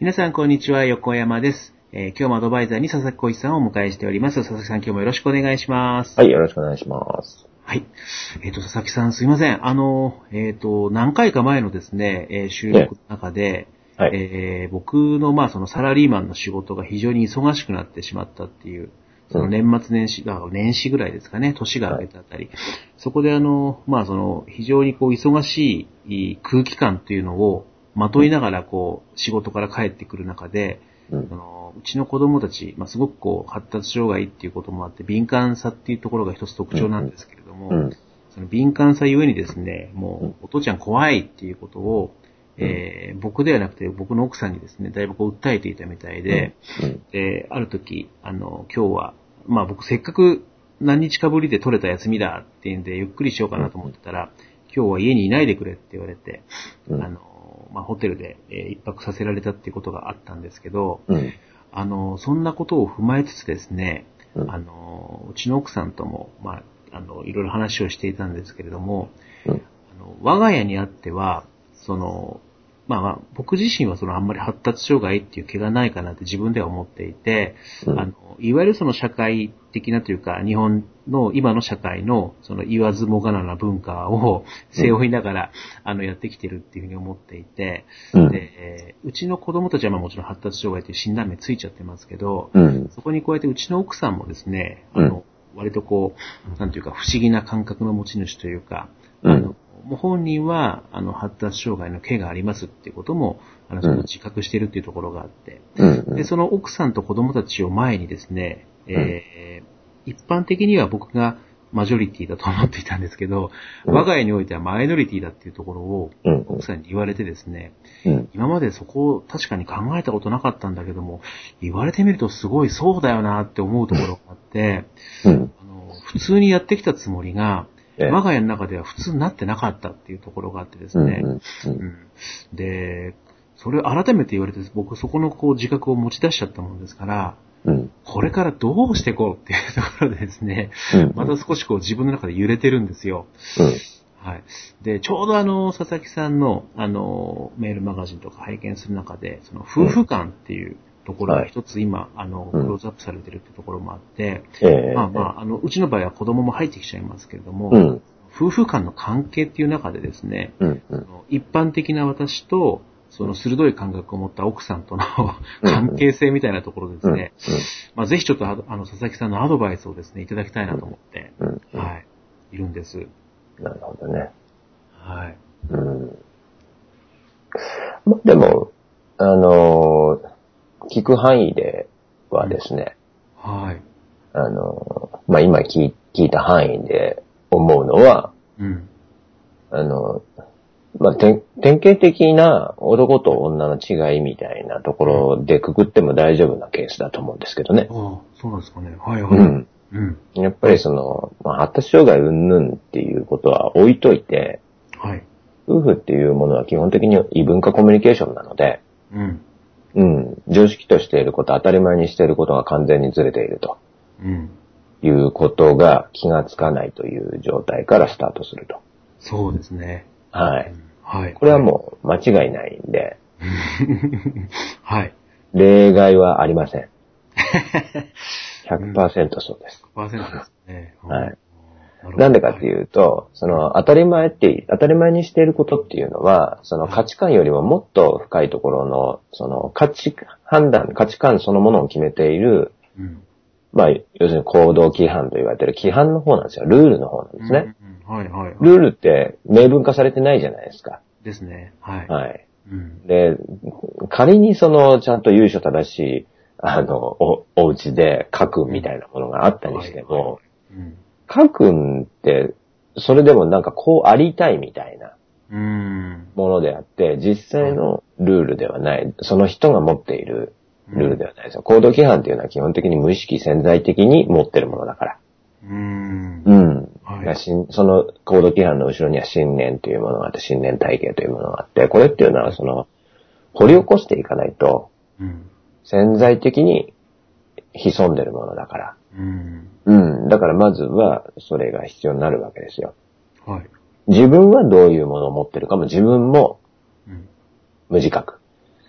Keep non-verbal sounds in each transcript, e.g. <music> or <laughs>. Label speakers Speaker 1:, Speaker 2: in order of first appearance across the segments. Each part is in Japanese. Speaker 1: 皆さん、こんにちは。横山です。えー今日もアドバイザーに佐々木浩一さんをお迎えしております。佐々木さん、今日もよろしくお願いします。
Speaker 2: はい、よろしくお願いします。
Speaker 1: はい。えっ、と、佐々木さん、すいません。あの、えっ、と、何回か前のですね、えー収録の中で、
Speaker 2: はい。
Speaker 1: えー僕の、まあ、そのサラリーマンの仕事が非常に忙しくなってしまったっていう、その年末年始、あ年始ぐらいですかね、年が明けたあたり、そこであの、まあ、その、非常にこう、忙しい空気感っていうのを、まといながらこう、仕事から帰ってくる中で、
Speaker 2: う
Speaker 1: あ
Speaker 2: ん、
Speaker 1: のうちの子供たち、まあ、すごくこう、発達障害っていうこともあって、敏感さっていうところが一つ特徴なんですけれども、
Speaker 2: うん、
Speaker 1: その敏感さゆえにですね、もう、お父ちゃん怖いっていうことを、
Speaker 2: うん
Speaker 1: えー僕ではなくて僕の奥さんにですね、だいぶこう訴えていたみたいで、
Speaker 2: うん、
Speaker 1: で、ある時、あの、今日は、まあ僕せっかく何日かぶりで取れた休みだっていうんで、ゆっくりしようかなと思ってたら、今日は家にいないでくれって言われて、
Speaker 2: う
Speaker 1: あ
Speaker 2: ん、
Speaker 1: の、まあホテルで、えー一泊させられたっていうことがあったんですけど、
Speaker 2: うん、
Speaker 1: あの、そんなことを踏まえつつですね、
Speaker 2: うん
Speaker 1: あの、うちの奥さんとも、まあ、あの、いろいろ話をしていたんですけれども、
Speaker 2: うん
Speaker 1: あの我が家にあっては、その、まあまあ、僕自身はそのあんまり発達障害っていう気がないかなって自分では思っていて、
Speaker 2: うん
Speaker 1: あの、いわゆるその社会的なというか、日本の今の社会のその言わずもがなな文化を <laughs> 背負いながら、あの、やってきてるっていうふうに思っていて、
Speaker 2: うん
Speaker 1: で、うちの子供たちはまあもちろん発達障害という診断名ついちゃってますけど、
Speaker 2: うん、
Speaker 1: そこに加えてうちの奥さんもですね、あの、割とこう、なんていうか不思議な感覚の持ち主というか、
Speaker 2: うん
Speaker 1: あの、もう本人は、あの、発達障害の毛がありますっていうことも、あの、
Speaker 2: ん
Speaker 1: その自覚してるっていうところがあって、
Speaker 2: うん、うん
Speaker 1: で、その奥さんと子供たちを前にですね、えー一般的には僕がマジョリティだと思っていたんですけど、
Speaker 2: うん
Speaker 1: 我が家においてはマイノリティだっていうところを
Speaker 2: うん、
Speaker 1: 奥さんに言われてですね、
Speaker 2: うん、
Speaker 1: 今までそこを確かに考えたことなかったんだけども、言われてみるとすごいそうだよなって思うところがあって、
Speaker 2: うん、
Speaker 1: あの普通にやってきたつもりが、
Speaker 2: ええ
Speaker 1: 我が家の中では普通になってなかったっていうところがあってです
Speaker 2: うん、
Speaker 1: ね、
Speaker 2: うん、うん、
Speaker 1: うんで、それを改めて言われて、僕そこのこう自覚を持ち出しちゃったもんですから、
Speaker 2: うん、
Speaker 1: これからどうしていこうっていうところでですね、
Speaker 2: うん、
Speaker 1: また少しこう自分の中で揺れてるんですよ。はい。で、ちょうどあの、佐々木さんの、あの、メールマガジンとか拝見する中で、その、夫婦間っていうところが
Speaker 2: はい
Speaker 1: 一つ今、あの、ク
Speaker 2: うん
Speaker 1: ローズアップされてるってところもあって、
Speaker 2: ええ
Speaker 1: まあまあ、あの、うちの場合は子供も入ってきちゃいますけれども、
Speaker 2: うん、
Speaker 1: 夫婦間の関係っていう中でですね、
Speaker 2: うん、
Speaker 1: あの一般的な私と、その鋭い感覚を持った奥さんとの <laughs>
Speaker 2: うん
Speaker 1: 関係性みたいなところです
Speaker 2: うん、
Speaker 1: ね、まあぜひちょっとあの、佐々木さんのアドバイスをですね、いただきたいなと思って、
Speaker 2: うん、
Speaker 1: はい、いるんです。
Speaker 2: なるほどね。
Speaker 1: はい。
Speaker 2: うん。まあでも、あのー、聞く範囲ではですね、
Speaker 1: はい。
Speaker 2: あのー、まあ今聞い聞いた範囲で思うのは、
Speaker 1: うん。
Speaker 2: あの、まあ、典典型的な男と女の違いみたいなところでくくっても大丈夫なケースだと思うんですけどね
Speaker 1: あ。あ、そうなんですかね。はいは
Speaker 2: う
Speaker 1: い。うん。
Speaker 2: ん。やっぱりその、まあ、発達障害云々っていうことは置いといて、
Speaker 1: はい。
Speaker 2: 夫婦っていうものは基本的に異文化コミュニケーションなので、
Speaker 1: うん。
Speaker 2: うん、常識としていること、当たり前にしていることが完全にずれていると
Speaker 1: うん。
Speaker 2: いうことが気がつかないという状態からスタートすると。
Speaker 1: そうですね。
Speaker 2: は
Speaker 1: う
Speaker 2: い。
Speaker 1: んはい。
Speaker 2: これはもう間違いないんで、
Speaker 1: <laughs> はい。
Speaker 2: 例外はありませ
Speaker 1: <laughs>
Speaker 2: ん。100%そうです。
Speaker 1: 100%ですね。
Speaker 2: はい
Speaker 1: うん。
Speaker 2: なんでかって
Speaker 1: う。
Speaker 2: いうと、その当たり前って、当たり前にしていることっていうのは、その価値観よりももっと深いところの、その価値判断、価値観そのものを決めている、
Speaker 1: うん。
Speaker 2: まあ、要するに行動規範と言われている規範の方なんですよ。ルールの方なんですね。
Speaker 1: うん。うんはいはい。
Speaker 2: ルールって明文化されてないじゃないですか。
Speaker 1: ですね。はい。
Speaker 2: はい。
Speaker 1: うん。
Speaker 2: で、仮にその、ちゃんと優所正しい、あの、お、お家で書くみたいなものがあったりしても、
Speaker 1: うん。
Speaker 2: 書くんって、それでもなんかこうありたいみたいな
Speaker 1: うん。
Speaker 2: ものであって、実際のルールではない、その人が持っているルールではないですよ。行動規範っていうのは基本的に無意識潜在的に持ってるものだから。
Speaker 1: うん。
Speaker 2: うん。
Speaker 1: はい
Speaker 2: だからしんその行動規範の後ろには信念というものがあって、信念体系というものがあって、これっていうのはその、掘り起こしていかないと、
Speaker 1: うん。
Speaker 2: 潜在的に潜んでるものだから。
Speaker 1: うん。
Speaker 2: うん。だからまずは、それが必要になるわけですよ。
Speaker 1: はい。
Speaker 2: 自分はどういうものを持ってるかも自分も
Speaker 1: うん。
Speaker 2: 無自覚。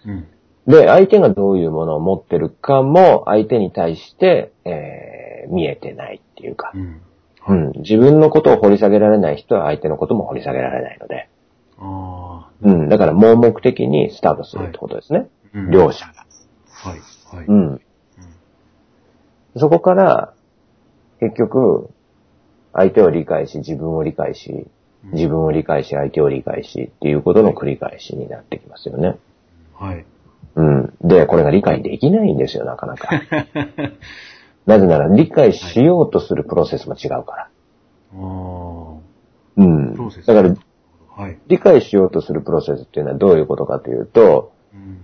Speaker 1: うん。
Speaker 2: で、相手がどういうものを持ってるかも、相手に対して、えー見えてないっていうか
Speaker 1: う、ん。
Speaker 2: うん、自分のことを掘り下げられない人は相手のことも掘り下げられないので、
Speaker 1: ああ。
Speaker 2: うん、だから盲目的にスタートするってことですね。
Speaker 1: うん
Speaker 2: 両者が。
Speaker 1: はい。はい。
Speaker 2: う。ん。そこから、結局、相手を理解し、自分を理解し、
Speaker 1: うん
Speaker 2: 自分を理解し、相手を理解しっていうことの繰り返しになってきますよね。
Speaker 1: はい。 <laughs>
Speaker 2: うん。で、これが理解できないんですよ、なかな
Speaker 1: <laughs>
Speaker 2: か。なぜなら、理解しようとするプロセスも違うから。
Speaker 1: ああ。
Speaker 2: うん
Speaker 1: プロセ。ス
Speaker 2: だから、
Speaker 1: はい。
Speaker 2: 理解しようとするプロセスっていうのはどういうことかというと、
Speaker 1: うん。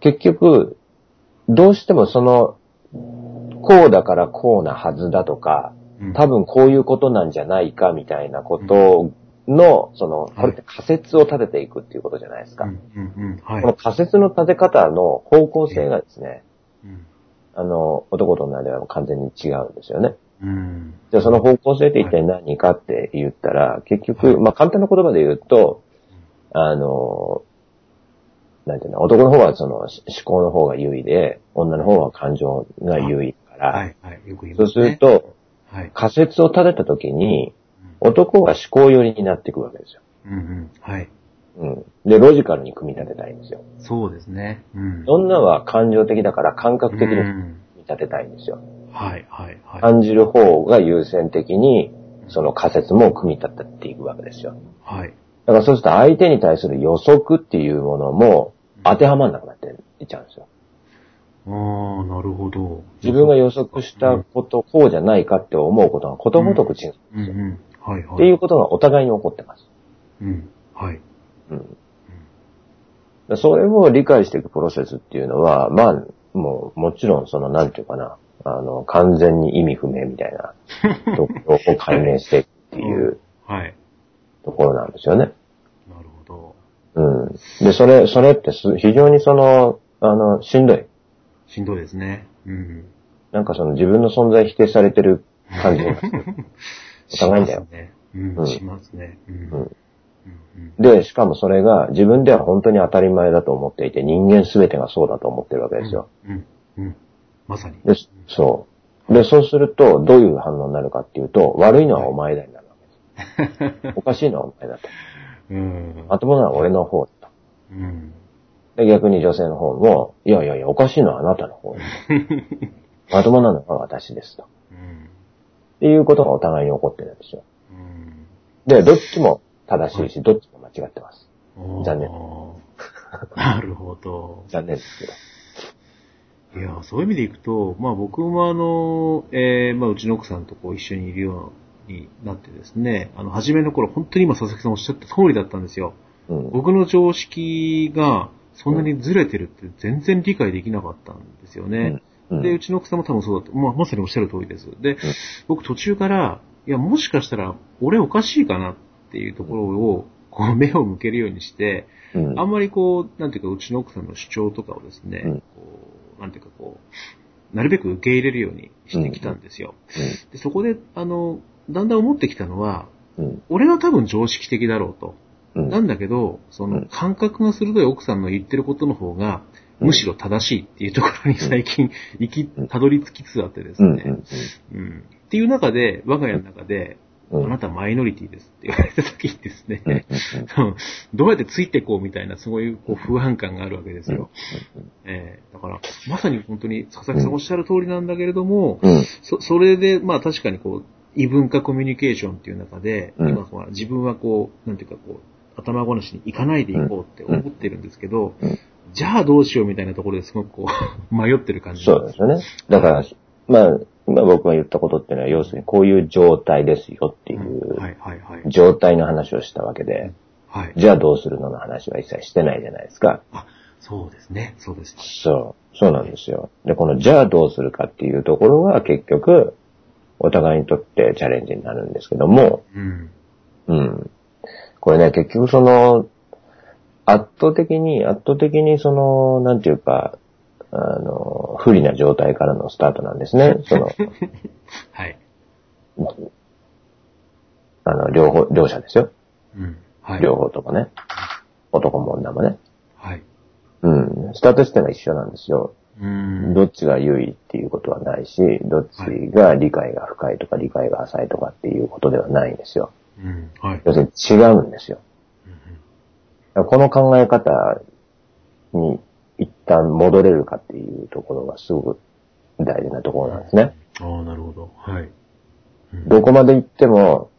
Speaker 2: 結局、どうしてもその、こうだからこうなはずだとか、
Speaker 1: うん
Speaker 2: 多分こういうことなんじゃないかみたいなことの、その、これって仮説を立てていくっていうことじゃないですか。
Speaker 1: うん。うん。うん。はい
Speaker 2: この。仮説の立て方の方向性がですね、
Speaker 1: うん
Speaker 2: あの、男と女では完全に違うんですよね。
Speaker 1: うん。
Speaker 2: じゃあその方向性って一体何かって言ったら、結局、まあ簡単な言葉で言うと、あの、なんていうの、男の方はその思考の方が優位で、女の方は感情が優位だから、
Speaker 1: はい。はい。よく言い
Speaker 2: そ
Speaker 1: ま
Speaker 2: う
Speaker 1: す
Speaker 2: する
Speaker 1: ね。
Speaker 2: と、
Speaker 1: はい。
Speaker 2: 仮説を立てた時に、男は思考寄りになっていくわけですよ。
Speaker 1: うん。うん。はい。
Speaker 2: うん。で、ロジカルに組み立てたいんですよ。
Speaker 1: そうですね。うん。
Speaker 2: 女は感情的だから感覚的に
Speaker 1: う
Speaker 2: 組
Speaker 1: ん
Speaker 2: み立てたいんですよ。
Speaker 1: はい。はい。はい。
Speaker 2: 感じる方が優先的に、その仮説も組み立てていくわけですよ。
Speaker 1: はい。
Speaker 2: だからそうすると相手に対する予測っていうものも当てはまんなくなっていっちゃうんですよ。
Speaker 1: ああ、なるほど。
Speaker 2: 自分が予測したこと、こうじゃないかって思うことがことごとく違う。
Speaker 1: うんうん。はいはい。
Speaker 2: っていうことがお互いに起こってます。
Speaker 1: うん。はい。
Speaker 2: うん。それを理解していくプロセスっていうのは、まあ、もう、もちろんその、なんていうかな、あの、完全に意味不明みたいなところを解明していくっていう
Speaker 1: はい。
Speaker 2: ところなんですよね。
Speaker 1: なるほど。
Speaker 2: うん。で、それ、それってす非常にその、あの、しんどい。
Speaker 1: しんどいですね。うん。
Speaker 2: なんかその自分の存在否定されてる感じがする。お互いだ
Speaker 1: し
Speaker 2: よ
Speaker 1: ますね。う。
Speaker 2: うんん
Speaker 1: しますね。うん。う
Speaker 2: うんん
Speaker 1: うん
Speaker 2: で、しかもそれが自分では本当に当たり前だと思っていて、人間すべてがそうだと思ってるわけですよ。
Speaker 1: うん。うん。まさに。
Speaker 2: でそう。で、そうすると、どういう反応になるかっていうと、悪いのはお前だになるわけです。おかしいのはお前だと。
Speaker 1: うん。
Speaker 2: まともなのは俺の方だと。
Speaker 1: うん。
Speaker 2: で、逆に女性の方も、いやいやいや、おかしいのはあなたの方だと。まともなのは私ですと。っ
Speaker 1: うん。
Speaker 2: ていうことがお互いに起こってるんですよ。
Speaker 1: うん。
Speaker 2: で、どっちも正しいし、どっちも間違ってます。
Speaker 1: おー
Speaker 2: 残念。
Speaker 1: <laughs> なるほど。
Speaker 2: 残念ですけど。
Speaker 1: いや、そういう意味でいくと、まあ僕もあの、えー、まあうちの奥さんとこう一緒にいるようになってですね、あの、初めの頃、本当に今佐々木さんおっしゃった通りだったんですよ。
Speaker 2: うん。
Speaker 1: 僕の常識がそんなにずれてるって全然理解できなかったんですよね。
Speaker 2: うん
Speaker 1: で、うちの奥さんも多分そうだと、まあ、まさにおっしゃる通りです。で、僕途中から、いや、もしかしたら俺おかしいかなっていうところを、こう目を向けるようにして、
Speaker 2: うん
Speaker 1: あんまりこう、なんていうか、うちの奥さんの主張とかをですね、
Speaker 2: うん
Speaker 1: こう、なんていうかこう、なるべく受け入れるようにしてきたんですよ。でそこで、あの、だんだん思ってきたのは、
Speaker 2: うん
Speaker 1: 俺は多分常識的だろうと。
Speaker 2: うん
Speaker 1: なんだけど、そうの
Speaker 2: ん
Speaker 1: 感覚が鋭い奥さんの言ってることの方が、
Speaker 2: うん
Speaker 1: むしろ正しいっていうところに最近、行き、たどり着きつつあってです
Speaker 2: うん
Speaker 1: ね。
Speaker 2: う
Speaker 1: うん。っていう中で、我が家の中で、
Speaker 2: んうん
Speaker 1: あなたマイノリティですって言われた時にですね、
Speaker 2: うんうん
Speaker 1: うん <laughs> どうやってついていこうみたいな、すごいこう不安感があるわけですよ。えーだから、まさに本当に佐々木さんおっしゃる通りなんだけれども、
Speaker 2: うん
Speaker 1: そそれで、まあ確かにこう、異文化コミュニケーションっていう中で、
Speaker 2: うん
Speaker 1: 今は自分はこう、なんていうかこう、頭ごなしに行かないでいこうって思ってるんですけど
Speaker 2: うん、
Speaker 1: じゃあどうしようみたいなところですごくこう、 <laughs> 迷ってる感じ。
Speaker 2: そうですよね。だから、まあ、今僕が言ったことっていうのは、要するにこういう状態ですよってい
Speaker 1: うんは
Speaker 2: う
Speaker 1: いはいはい。
Speaker 2: 状態の話をしたわけで、
Speaker 1: はい。
Speaker 2: じゃあどうするのの話は一切してないじゃないですか。
Speaker 1: あ、そうですね。そうです。
Speaker 2: そう。そうなんですよ。で、このじゃあどうするかっていうところは結局、お互いにとってチャレンジになるんですけども、
Speaker 1: うん。
Speaker 2: うん。これね、結局その、圧倒的に、圧倒的にその、なんていうか、あの、不利な状態からのスタートなんですね。その、
Speaker 1: はい。
Speaker 2: あの、両方、両者ですよ。
Speaker 1: うん。はい。
Speaker 2: 両方ともね。男も女もね。
Speaker 1: はい。
Speaker 2: うん、下としては一緒なんですよ。
Speaker 1: うん。
Speaker 2: どっちが優位っていうことはないし、どっちが理解が深いとか理解が浅いとかっていうことではないんですよ。
Speaker 1: うん。はい。
Speaker 2: 要するに違うんですよ。だからこの考え方に一旦戻れるかっていうところがすごく大事なところなんですね。
Speaker 1: ああ、なるほど。はい。
Speaker 2: どこまで行っても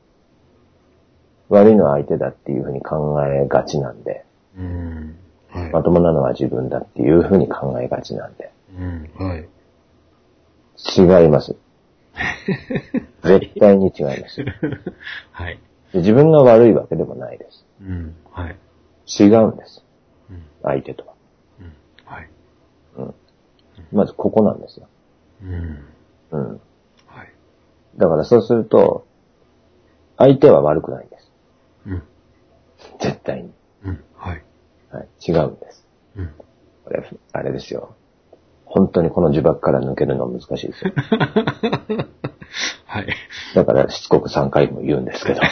Speaker 2: 悪いのは相手だっていうふうに考えがちなんで、
Speaker 1: うん。はい。
Speaker 2: まともなのは自分だっていうふうに考えがちなんで、
Speaker 1: うん。はい。 <laughs>
Speaker 2: 違います。絶対に違います。
Speaker 1: はい。
Speaker 2: で自分が悪いわけでもないで
Speaker 1: うん。はい。
Speaker 2: す。違うんです。
Speaker 1: うん。
Speaker 2: 相手とは。
Speaker 1: うん。はい。
Speaker 2: まずここなんですよ。
Speaker 1: うん。
Speaker 2: うん。
Speaker 1: はい。
Speaker 2: だからそうすると、相手は悪くないんです。
Speaker 1: うん。
Speaker 2: 絶対に。
Speaker 1: うん。はい。
Speaker 2: はい。違うんです。
Speaker 1: うん。
Speaker 2: これ、あれですよ。本当にこの呪縛から抜けるのは難しいですよ。
Speaker 1: はい。 <laughs>
Speaker 2: だからしつこく3回も言うんですけど。
Speaker 1: は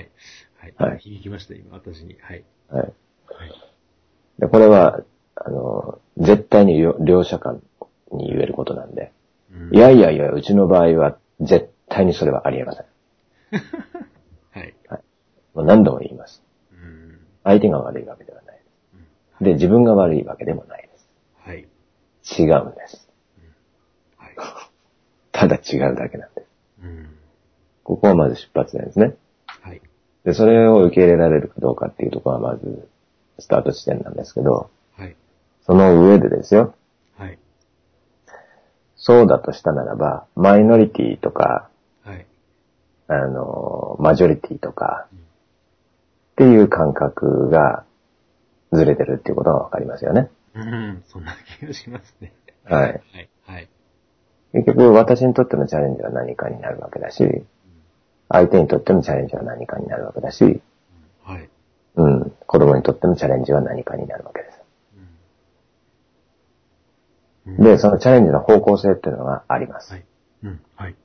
Speaker 1: い。はい。
Speaker 2: はい
Speaker 1: 響きました、今、私に。はい。
Speaker 2: はい。
Speaker 1: はい。
Speaker 2: で、これは、あの、絶対に両両者間に言えることなんで。
Speaker 1: うん
Speaker 2: いやいやいや、うちの場合は絶対にそれはありえません。
Speaker 1: はい。
Speaker 2: もう何度も言います。
Speaker 1: うん。
Speaker 2: 相手が悪いわけではないです。で、自分が悪いわけでもないで
Speaker 1: はい。
Speaker 2: す。違うんです。
Speaker 1: はい。
Speaker 2: ただ違うだけなんです。
Speaker 1: うん。
Speaker 2: ここはまず出発点ですね。
Speaker 1: はい。
Speaker 2: で、それを受け入れられるかどうかっていうところはまずスタート地点なんですけど、
Speaker 1: はい。
Speaker 2: その上でですよ、
Speaker 1: はい。
Speaker 2: そうだとしたならば、マイノリティとか、
Speaker 1: はい。
Speaker 2: あの、マジョリティとか、っていう感覚がずれてるっていうことがわかりますよね。
Speaker 1: うん。そんな気がしますね。
Speaker 2: は
Speaker 1: は
Speaker 2: い。
Speaker 1: い。はい。
Speaker 2: 結局、私にとってのチャレンジは何かになるわけだし、相手にとってのチャレンジは何かになるわけだし、
Speaker 1: はい。
Speaker 2: うん、子供にとってのチャレンジは何かになるわけです。
Speaker 1: うん
Speaker 2: で、そのチャレンジの方向性っていうのがあります
Speaker 1: は。い。うん。はい。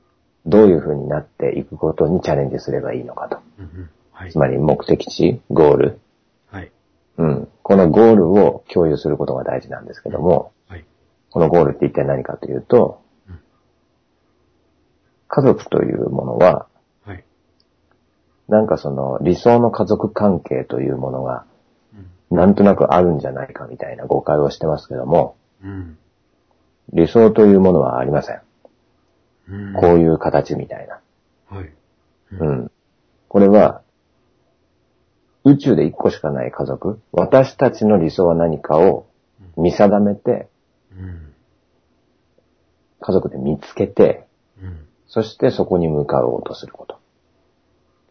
Speaker 2: どういう風になっていくことにチャレンジすればいいのかと。
Speaker 1: うん。うん。はい
Speaker 2: つ。まり目的地、ゴール。
Speaker 1: はい。
Speaker 2: うん。このゴールを共有することが大事なんですけども、
Speaker 1: はい。
Speaker 2: このゴールって一体何かというと
Speaker 1: うん、
Speaker 2: 家族というものは、
Speaker 1: はい。
Speaker 2: なんかその理想の家族関係というものが、
Speaker 1: うん。
Speaker 2: なんとなくあるんじゃないかみたいな誤解をしてますけども、
Speaker 1: うん。
Speaker 2: 理想というものはありません。
Speaker 1: うん。
Speaker 2: こういう形みたいな。
Speaker 1: はい。
Speaker 2: うん。これは、宇宙で一個しかない家族、私たちの理想は何かを見定めて、
Speaker 1: うん。
Speaker 2: 家族で見つけて、
Speaker 1: うん。
Speaker 2: そしてそこに向かおうとすること。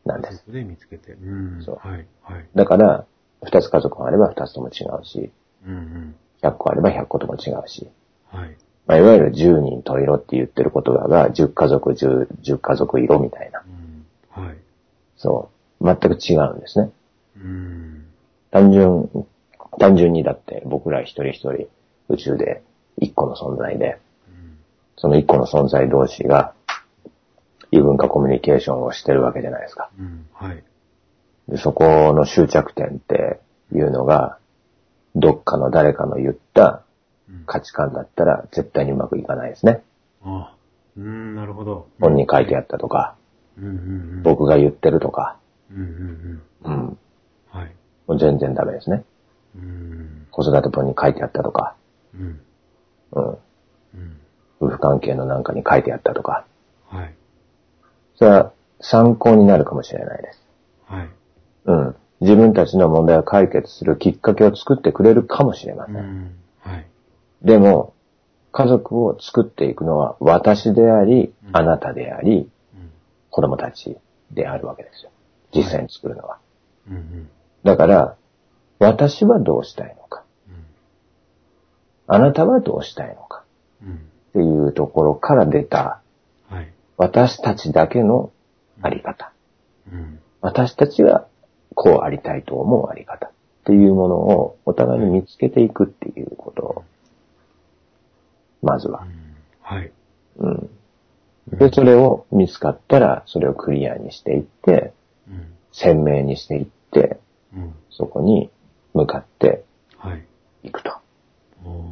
Speaker 2: なんです。
Speaker 1: そこで見つけて。うん。
Speaker 2: そう
Speaker 1: はい。はい。
Speaker 2: だから、二つ家族があれば二つとも違うし、
Speaker 1: うん。うん。
Speaker 2: 百個あれば百個とも違うし、
Speaker 1: はい。
Speaker 2: まあ、いわゆる十人十色って言ってる言葉が、十家族十、十家族色みたいな
Speaker 1: う。ん。はい。
Speaker 2: そう。全く違うんですね。
Speaker 1: うん。
Speaker 2: 単純、単純にだって僕ら一人一人宇宙で一個の存在で、その一個の存在同士が異文化コミュニケーションをしてるわけじゃないですか。
Speaker 1: うん。はい。
Speaker 2: でそこの終着点っていうのが、どっかの誰かの言った
Speaker 1: うん。
Speaker 2: 価値観だったら絶対にうまくいかないですね。
Speaker 1: ああ。うん、なるほど。
Speaker 2: 本に書いてあったとか、
Speaker 1: うんうんうん。
Speaker 2: 僕が言ってるとか、
Speaker 1: うんうんうん。
Speaker 2: うん。
Speaker 1: はい。
Speaker 2: もう全然ダメですね。
Speaker 1: うん。
Speaker 2: 子育て本に書いてあったとか、
Speaker 1: うん。
Speaker 2: うん。
Speaker 1: うん。
Speaker 2: 夫婦関係のなんかに書いてあったとか、
Speaker 1: はい。
Speaker 2: それは参考になるかもしれないです。
Speaker 1: はい。
Speaker 2: うん。自分たちの問題を解決するきっかけを作ってくれるかもしれませ。
Speaker 1: うんん。はい。
Speaker 2: でも、家族を作っていくのは私であり、
Speaker 1: うん
Speaker 2: あなたであり、
Speaker 1: うん。
Speaker 2: 子供たちであるわけですよ。実際に作るのは。
Speaker 1: うんうん。
Speaker 2: だから、私はどうしたいのか。あなたはどうしたいのか。
Speaker 1: うん。うん。
Speaker 2: っていうところから出た、
Speaker 1: はい。
Speaker 2: 私たちだけのあり方。
Speaker 1: うん。
Speaker 2: 私たちがこうありたいと思うあり方っていうものをお互いに見つけていくっていうことを、まず
Speaker 1: う
Speaker 2: は。
Speaker 1: ん。はい。
Speaker 2: うん。で、それを見つかったら、それをクリアにしていって、
Speaker 1: うん。
Speaker 2: 鮮明にしていって、
Speaker 1: うん。
Speaker 2: そこに向かって
Speaker 1: はい。
Speaker 2: 行くと、
Speaker 1: お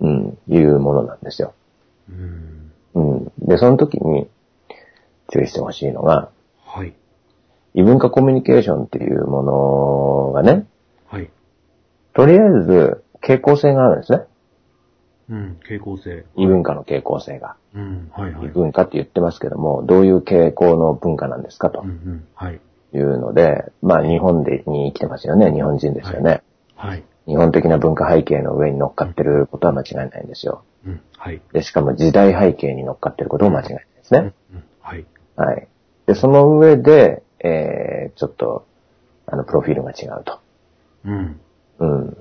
Speaker 2: うん、いうものなんですよ。
Speaker 1: ーうん。
Speaker 2: うん。で、その時に注意してほしいのが、
Speaker 1: はい。
Speaker 2: 異文化コミュニケーションっていうものがね、
Speaker 1: はい。
Speaker 2: とりあえず傾向性があるんですね。
Speaker 1: うん。傾向性。
Speaker 2: 異文化の傾向性が。
Speaker 1: うん。はいは
Speaker 2: 異
Speaker 1: い。
Speaker 2: 文化って言ってますけども、どういう傾向の文化なんですかと
Speaker 1: うんうん。はい。
Speaker 2: いうので、まあ日本でに生きてますよね。日本人ですよね。
Speaker 1: はい。
Speaker 2: 日本的な文化背景の上に乗っかってることは間違いないんですよ。
Speaker 1: うん。はい。
Speaker 2: で、しかも時代背景に乗っかってることも間違いないです
Speaker 1: うん
Speaker 2: ね。。
Speaker 1: うんはい。
Speaker 2: はい。で、その上で、えー、ちょっと、あの、プロフィールが違うと。
Speaker 1: うん。
Speaker 2: うん。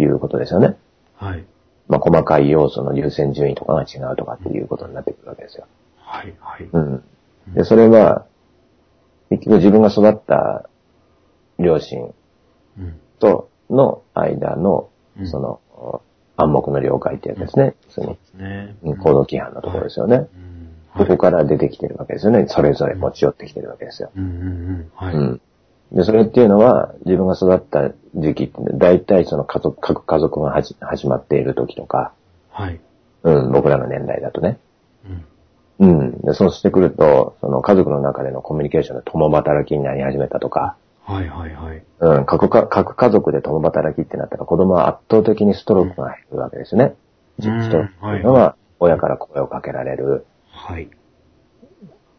Speaker 2: いうことですよね。
Speaker 1: はい。
Speaker 2: まあ、細かい要素の優先順位とかが違うとかっていうことになってくるわけですよ。
Speaker 1: はい。はい。
Speaker 2: うん。で、それは、結局自分が育った両親
Speaker 1: うん。
Speaker 2: との間の
Speaker 1: う、ん
Speaker 2: その、暗黙の了解ってやつですね。そ
Speaker 1: そう
Speaker 2: の
Speaker 1: ですね。
Speaker 2: うん行動規範のところですよね。
Speaker 1: うん。は
Speaker 2: こ
Speaker 1: い
Speaker 2: こから出てきてるわけですよね。それぞれ持ち寄ってきてるわけですよ。。
Speaker 1: うんうんうん。はいう
Speaker 2: ん。で、それっていうのは、自分が育った時期っていうのは、大体その家族、各家族がはじ始まっている時とか、
Speaker 1: はい。
Speaker 2: うん、僕らの年代だとね。
Speaker 1: うん。
Speaker 2: うん。で、そうしてくると、その家族の中でのコミュニケーションの共働きになり始めたとか、
Speaker 1: はいはいはい。
Speaker 2: うん、各か、各家族で共働きってなったら子供は圧倒的にストロークが入るわけですね。
Speaker 1: うん
Speaker 2: ストロークっていうのは、親から声をかけられる、
Speaker 1: はい。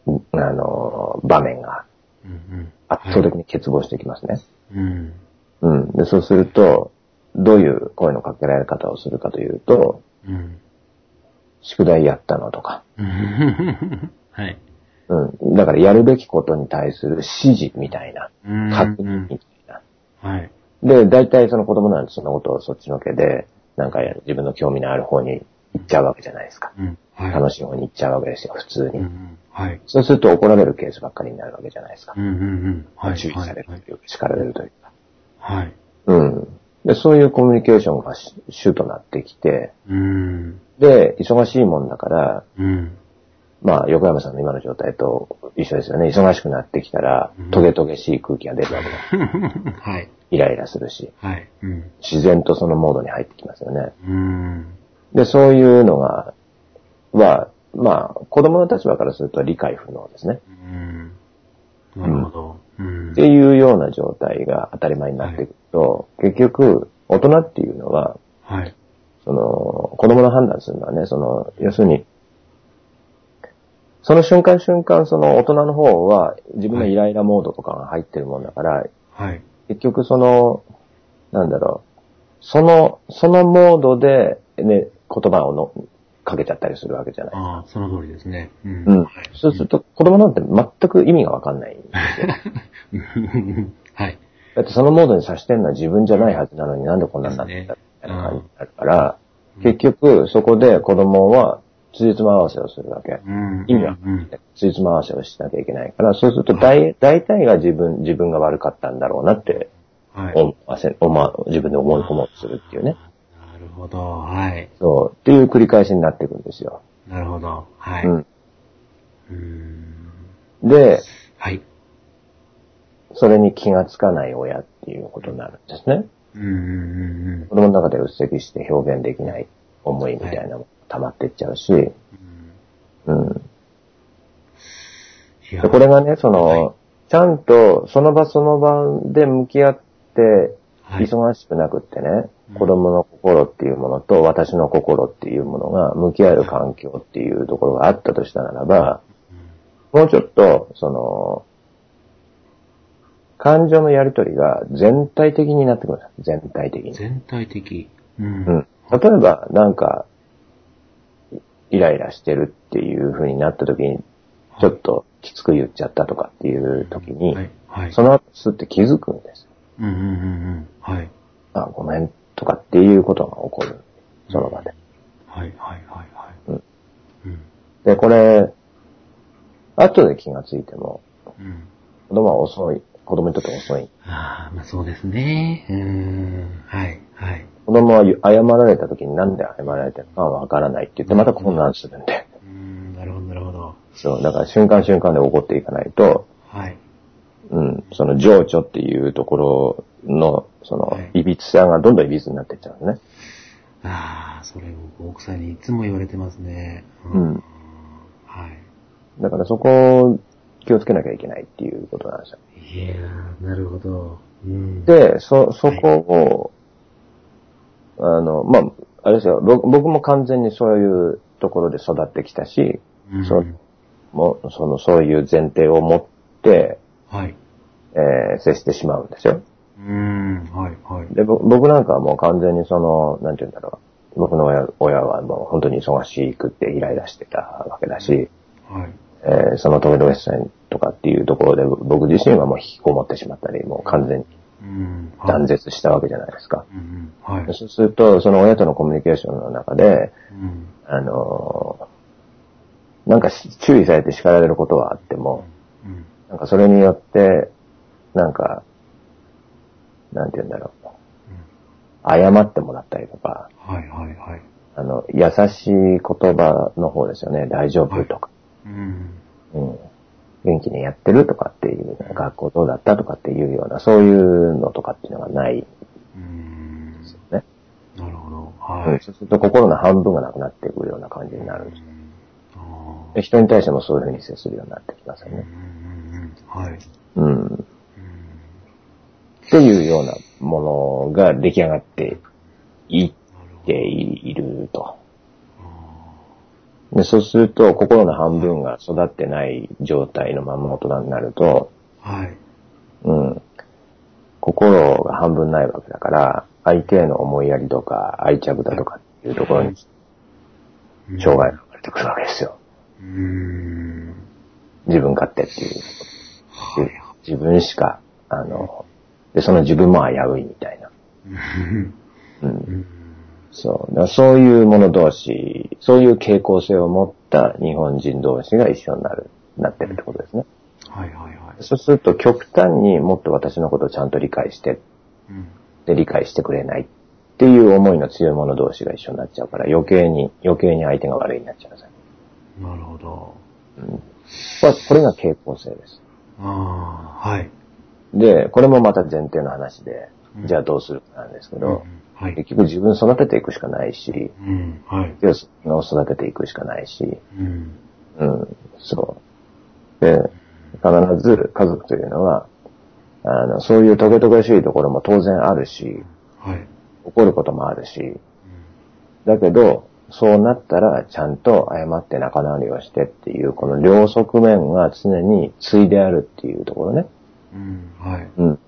Speaker 2: うんあの、場面が
Speaker 1: うんうん。
Speaker 2: 圧倒的に欠乏してきますね。
Speaker 1: うん。
Speaker 2: うん。で、そうすると、どういう声のかけられ方をするかというと、
Speaker 1: うん。 <laughs>
Speaker 2: 宿題やったのとか、
Speaker 1: うんはい。
Speaker 2: うん。だからやるべきことに対する指示みたいな、
Speaker 1: うん
Speaker 2: 確認みたいな。
Speaker 1: はい。
Speaker 2: で、大体その子供なんてそのことをそっちのけで、なんか自分の興味のある方に行っちゃうわけじゃないですか。
Speaker 1: うん。はい。
Speaker 2: 楽しい方に行っちゃうわけですよ、普通
Speaker 1: うんう
Speaker 2: に。
Speaker 1: ん。はい。
Speaker 2: そうすると怒られるケースばっかりになるわけじゃないですか
Speaker 1: う。んうんうん。はい。
Speaker 2: 注意されると
Speaker 1: はい
Speaker 2: いうか、叱られるというか。
Speaker 1: はい。はい。
Speaker 2: うん。で、そういうコミュニケーションが主主となってきて、
Speaker 1: うん。
Speaker 2: で、忙しいもんだから、
Speaker 1: うん。 <laughs>
Speaker 2: まあ、横山さんの今の状態と一緒ですよね。忙しくなってきたら
Speaker 1: うん、
Speaker 2: トゲトゲしい空気が出るわけだ。
Speaker 1: はい。
Speaker 2: イライラするし、
Speaker 1: はい。うん。
Speaker 2: 自然とそのモードに入ってきますよね。
Speaker 1: うん。
Speaker 2: で、そういうのが、は、まあ、子供の立場からすると理解不能ですね。
Speaker 1: うん。なるほど。うん
Speaker 2: っ。ていうような状態が当たり前になってくると、結局、大人っていうのは、
Speaker 1: はい。
Speaker 2: その、子供の判断するのはね、その、要するに、その瞬間瞬間、その大人の方は自分のイライラモードとかが入ってるもんだから、
Speaker 1: はい。
Speaker 2: 結局その、なんだろう、その、そのモードで、ね、言葉をのかけちゃったりするわけじゃない。
Speaker 1: ああ、その通りですね。うん。
Speaker 2: うん
Speaker 1: はい。
Speaker 2: そうすると、子供なんて全く意味がわか
Speaker 1: <laughs>
Speaker 2: んない。
Speaker 1: うん <laughs> はい。
Speaker 2: だってそのモードにさしてんのは自分じゃないはずなのになんでこんなんなってんだみたいな感じになるから、
Speaker 1: うん
Speaker 2: 結局そこで子供は辻褄合わせをするわけ。
Speaker 1: うん。
Speaker 2: 意味は
Speaker 1: うん。
Speaker 2: 辻褄合わせをしなきゃいけないから、そうすると大大体が自分、自分が悪かったんだろうなって
Speaker 1: はい。
Speaker 2: 思わせ、思わ自分で思い込もうとするっていうね。
Speaker 1: なるほど。はい。
Speaker 2: そう、っていう繰り返しになっていくんですよ。
Speaker 1: なるほど。はい。
Speaker 2: うん。
Speaker 1: うーん。
Speaker 2: で、
Speaker 1: はい。
Speaker 2: それに気がつかない親っていうことになるんですね。
Speaker 1: うんうんうん
Speaker 2: 子供の中でうっせきして表現できない思いみたいなのも溜まっていっちゃうし、
Speaker 1: うん。
Speaker 2: うん。
Speaker 1: いや
Speaker 2: で、これがね、その、
Speaker 1: はい
Speaker 2: ちゃんとその場その場で向き合って、
Speaker 1: はい
Speaker 2: 忙しくなくってね、
Speaker 1: うん
Speaker 2: 子供の心っていうものと私の心っていうものが向き合える環境っていうところがあったとしたならば、もうちょっと、その、感情のやりとりが全体的になってくるんです。全体的に。
Speaker 1: 全体的。うん。
Speaker 2: うん。例えば、なんか、イライラしてるっていう風になった時に、ちょっときつく言っちゃったとかっていう時に、
Speaker 1: はい。はい。
Speaker 2: その後すって気づくんです。
Speaker 1: うんうんうんうん。はい。
Speaker 2: あ、ごめんとかっていうことが起こる。その場で。
Speaker 1: はいはいはいは
Speaker 2: う
Speaker 1: い
Speaker 2: ん。
Speaker 1: うん。
Speaker 2: で、これ、後で気がついても、
Speaker 1: うん。
Speaker 2: 子供は遅い。子供にとって遅い。
Speaker 1: ああ、まあそうですね。うーん。はいはい。
Speaker 2: 子供は謝られた時になんで謝られてるのかはわからないって言ってまた混乱するんで。
Speaker 1: うーん。なるほどなるほど。
Speaker 2: そう、だから瞬間瞬間で起こっていかないと、
Speaker 1: はい。
Speaker 2: うん、その情緒っていうところのその
Speaker 1: はい、
Speaker 2: いびつさがどんどんいびつになっていっちゃうんですね。
Speaker 1: ああ、それ僕、奥さんにいつも言われてますね。
Speaker 2: うん。
Speaker 1: はい。
Speaker 2: だからそこを気をつけなきゃいけないっていうことなんですよ。
Speaker 1: いやー、なるほど。うん、
Speaker 2: で、そ、そこを、あの、まあ、あれですよ、僕僕も完全にそういうところで育ってきたし、
Speaker 1: うん
Speaker 2: そもうその、そういう前提を持って、
Speaker 1: はい。
Speaker 2: えー接してしまうんですよ。
Speaker 1: うん、はい、はい。
Speaker 2: で、ぼ僕なんかはもう完全にその、なんて言うんだろう。僕の親親はもう本当に忙しくってイライラしてたわけだし、
Speaker 1: はい。
Speaker 2: えーそのトイレレッスンとかっていうところで僕自身はもう引きこもってしまったり、もう完全に
Speaker 1: うん、はい
Speaker 2: 断絶したわけじゃないですか。
Speaker 1: うん、うんはい。
Speaker 2: そうすると、その親とのコミュニケーションの中で、
Speaker 1: うん、
Speaker 2: あのーなんかし注意されて叱られることはあっても、
Speaker 1: うん、
Speaker 2: なんかそれによって、なんか、なんて言うんだろう。謝ってもらったりとか、
Speaker 1: はい、はい、はい。
Speaker 2: あの、優しい言葉の方ですよね。大丈夫とか、
Speaker 1: うん、
Speaker 2: うん。元気にやってるとかっていう、学校どうだったとかっていうような、そういうのとかっていうのがない
Speaker 1: うん、
Speaker 2: ね。
Speaker 1: なるほど。
Speaker 2: う
Speaker 1: は
Speaker 2: ん
Speaker 1: い。
Speaker 2: そうすると心の半分がなくなってくるような感じになるんです。
Speaker 1: あ
Speaker 2: で人に対してもそういうふうに接するようになってきます
Speaker 1: ー
Speaker 2: よ
Speaker 1: うん、
Speaker 2: ね。
Speaker 1: うん、うん、はい。
Speaker 2: うん。
Speaker 1: うん
Speaker 2: っていうようなものが出来上がっていっ
Speaker 1: なるほど
Speaker 2: ていると。
Speaker 1: あ
Speaker 2: でそうすると、心の半分が育ってない状態のまま大人になると、
Speaker 1: ーはい。
Speaker 2: うん。心が半分ないわけだから、相手への思いやりとか愛着だとかっていうところに
Speaker 1: うん
Speaker 2: 障害が生まれてくるわけですよ。
Speaker 1: うーん。
Speaker 2: 自分勝手っていう。
Speaker 1: はいはい。
Speaker 2: 自分しか、あの、で、その自分も危ういみたいな。
Speaker 1: うん
Speaker 2: う
Speaker 1: う
Speaker 2: ん。
Speaker 1: ん
Speaker 2: そう。だからそういうもの同士、そういう傾向性を持った日本人同士が一緒になる、なってるってことですね。
Speaker 1: はいはいはい。
Speaker 2: そうすると極端にもっと私のことをちゃんと理解して、
Speaker 1: うん
Speaker 2: で理解してくれないっていう思いの強い者同士が一緒になっちゃうから余計に、余計に相手が悪いになっちゃうんですよ。
Speaker 1: なるほど。
Speaker 2: これこれが傾向性です。
Speaker 1: ああ、はい。
Speaker 2: で、これもまた前提の話で
Speaker 1: う、ん
Speaker 2: じゃあどうするかなんですけ
Speaker 1: うん
Speaker 2: ど、
Speaker 1: はい。
Speaker 2: 結局自分育てていくしかないし、
Speaker 1: うん、はい。
Speaker 2: 要するを育てていくしかないし、
Speaker 1: うん。
Speaker 2: うん、そう。で、必ず家族というのは、あの、そういうトゲトゲしいところも当然あるし、
Speaker 1: はい。
Speaker 2: 怒ることもあるし、だけど、そうなったらちゃんと謝って仲直りをしてっていう、この両側面が常についであるっていうところね。
Speaker 1: うん、はい。
Speaker 2: うん。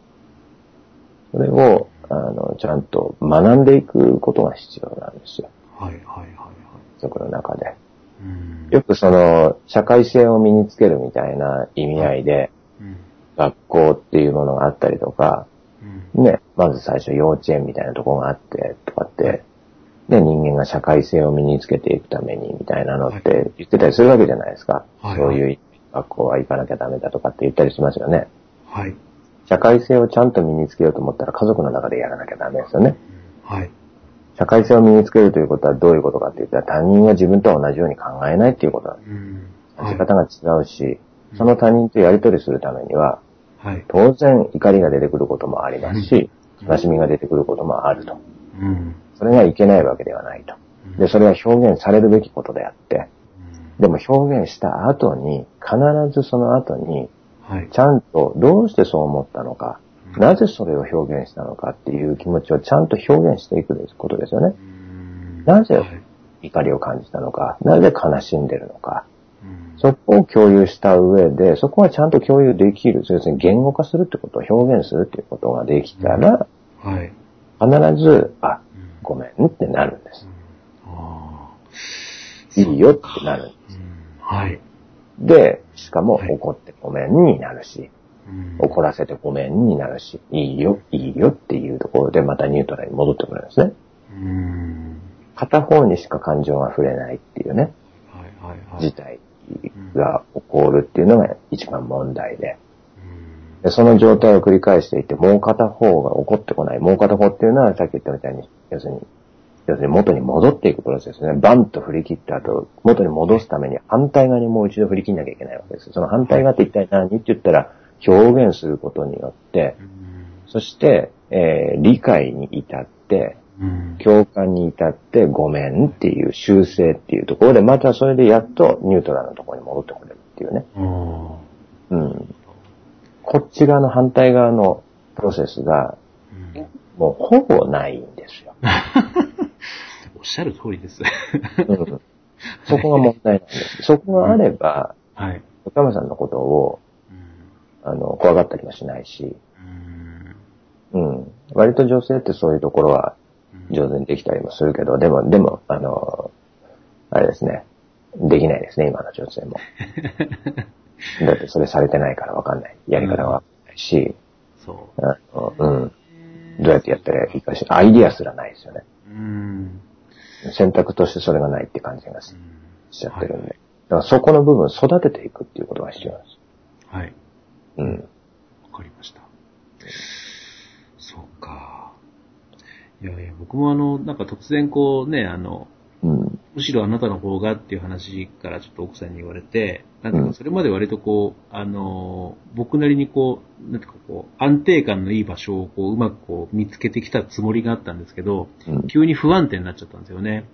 Speaker 2: それを、あの、ちゃんと学んでいくことが必要なんですよ。
Speaker 1: はい、はい、はい、は
Speaker 2: そこの中で。
Speaker 1: い。うん。
Speaker 2: よくその、社会性を身につけるみたいな意味合いで、
Speaker 1: うん。
Speaker 2: 学校っていうものがあったりとか、
Speaker 1: うん。
Speaker 2: ね、まず最初幼稚園みたいなところがあってとかって、ね、人間が社会性を身につけていくためにみたいなのって言ってたりするわけじゃないですか。
Speaker 1: はい
Speaker 2: そういう学校は行かなきゃダメだとかって言ったりしますよね。
Speaker 1: はい。
Speaker 2: 社会性をちゃんと身につけようと思ったら家族の中でやらなきゃダメですよね。
Speaker 1: はい。
Speaker 2: 社会性を身につけるということはどういうことかって言ったら他人は自分とは同じように考えないっていうことなんです。
Speaker 1: うん。
Speaker 2: 立
Speaker 1: はい
Speaker 2: ち。方が違うし、その他人とやり取りするためには、
Speaker 1: はい。
Speaker 2: 当然怒りが出てくることもありますし、
Speaker 1: うん
Speaker 2: 悲しみが出てくることもあると。
Speaker 1: うん。
Speaker 2: それがいけないわけではないと。で、それは表現されるべきことであって、
Speaker 1: うん
Speaker 2: でも表現した後に、必ずその後に、
Speaker 1: はい。
Speaker 2: ちゃんとどうしてそう思ったのか、
Speaker 1: うん
Speaker 2: なぜそれを表現したのかっていう気持ちをちゃんと表現していくことですよね。
Speaker 1: うん
Speaker 2: なぜ
Speaker 1: はい
Speaker 2: 怒りを感じたのか、なぜ悲しんでるのか、
Speaker 1: うん
Speaker 2: そこを共有した上で、そこはちゃんと共有できる、要するに言語化するってこと、表現するっていうことができたら、
Speaker 1: はい。
Speaker 2: 必ず、あ、
Speaker 1: うん
Speaker 2: ごめんってなるんです。
Speaker 1: ああ。
Speaker 2: いいよってなる。
Speaker 1: うん。はい。
Speaker 2: で、しかも
Speaker 1: はい
Speaker 2: 怒ってごめんになるし、
Speaker 1: うん
Speaker 2: 怒らせてごめんになるし、いいよ、いいよっていうところでまたニュートラルに戻ってくるんですね。
Speaker 1: うん。
Speaker 2: 片方にしか感情が触れないっていうね、
Speaker 1: はいはいはい。
Speaker 2: 事態が起こるっていうのが一番問題で。
Speaker 1: うん
Speaker 2: でその状態を繰り返していて、もう片方が怒ってこない。もう片方っていうのはさっき言ったみたいに、要するに、要するに元に戻っていくプロセスですね。バンと振り切った後、元に戻すために反対側にもう一度振り切んなきゃいけないわけです。その反対側って一体何って言ったら、表現することによって、
Speaker 1: うん
Speaker 2: そして、えー理解に至って、
Speaker 1: うん。
Speaker 2: 共感に至ってごめんっていう修正っていうところで、またそれでやっとニュートラルなところに戻ってこれるっていうね。
Speaker 1: おー
Speaker 2: うん。こっち側の反対側のプロセスが、
Speaker 1: うん <laughs>
Speaker 2: もうほぼないんですよ。
Speaker 1: おっしゃる通りです。
Speaker 2: うん、そこが問題なんです。そこがあれば、
Speaker 1: はい。
Speaker 2: 岡山さんのことを、あの、怖がったりもしないし、
Speaker 1: うん。
Speaker 2: うん。割と女性ってそういうところは上手にできたりもするけど、でも、でも、あの、あれですね。できないですね、今の女性も。だってそれされてないからわかんない。やり方がわかんないし、
Speaker 1: そ
Speaker 2: あのうん。どうやってやったらいいかし、アイディアすらないですよね。
Speaker 1: う。うん。
Speaker 2: 選択としてそれがないって感じがし
Speaker 1: うん
Speaker 2: ちゃってるんで。だからそこの部分育てていくっていうことが必要なんです。
Speaker 1: はい。
Speaker 2: うん。
Speaker 1: わかりました。そうか。いやいや、僕もあの、なんか突然こうね、あの、
Speaker 2: うん。
Speaker 1: むしろあなたの方がっていう話からちょっと奥さんに言われて、なんていう
Speaker 2: う
Speaker 1: か
Speaker 2: ん
Speaker 1: それまで割とこう、あのー、僕なりにこう、なんていうかこう、安定感のいい場所をこう、うまくこう、見つけてきたつもりがあったんですけど、
Speaker 2: うん。うん
Speaker 1: 急に不安定になっちゃったんですよね。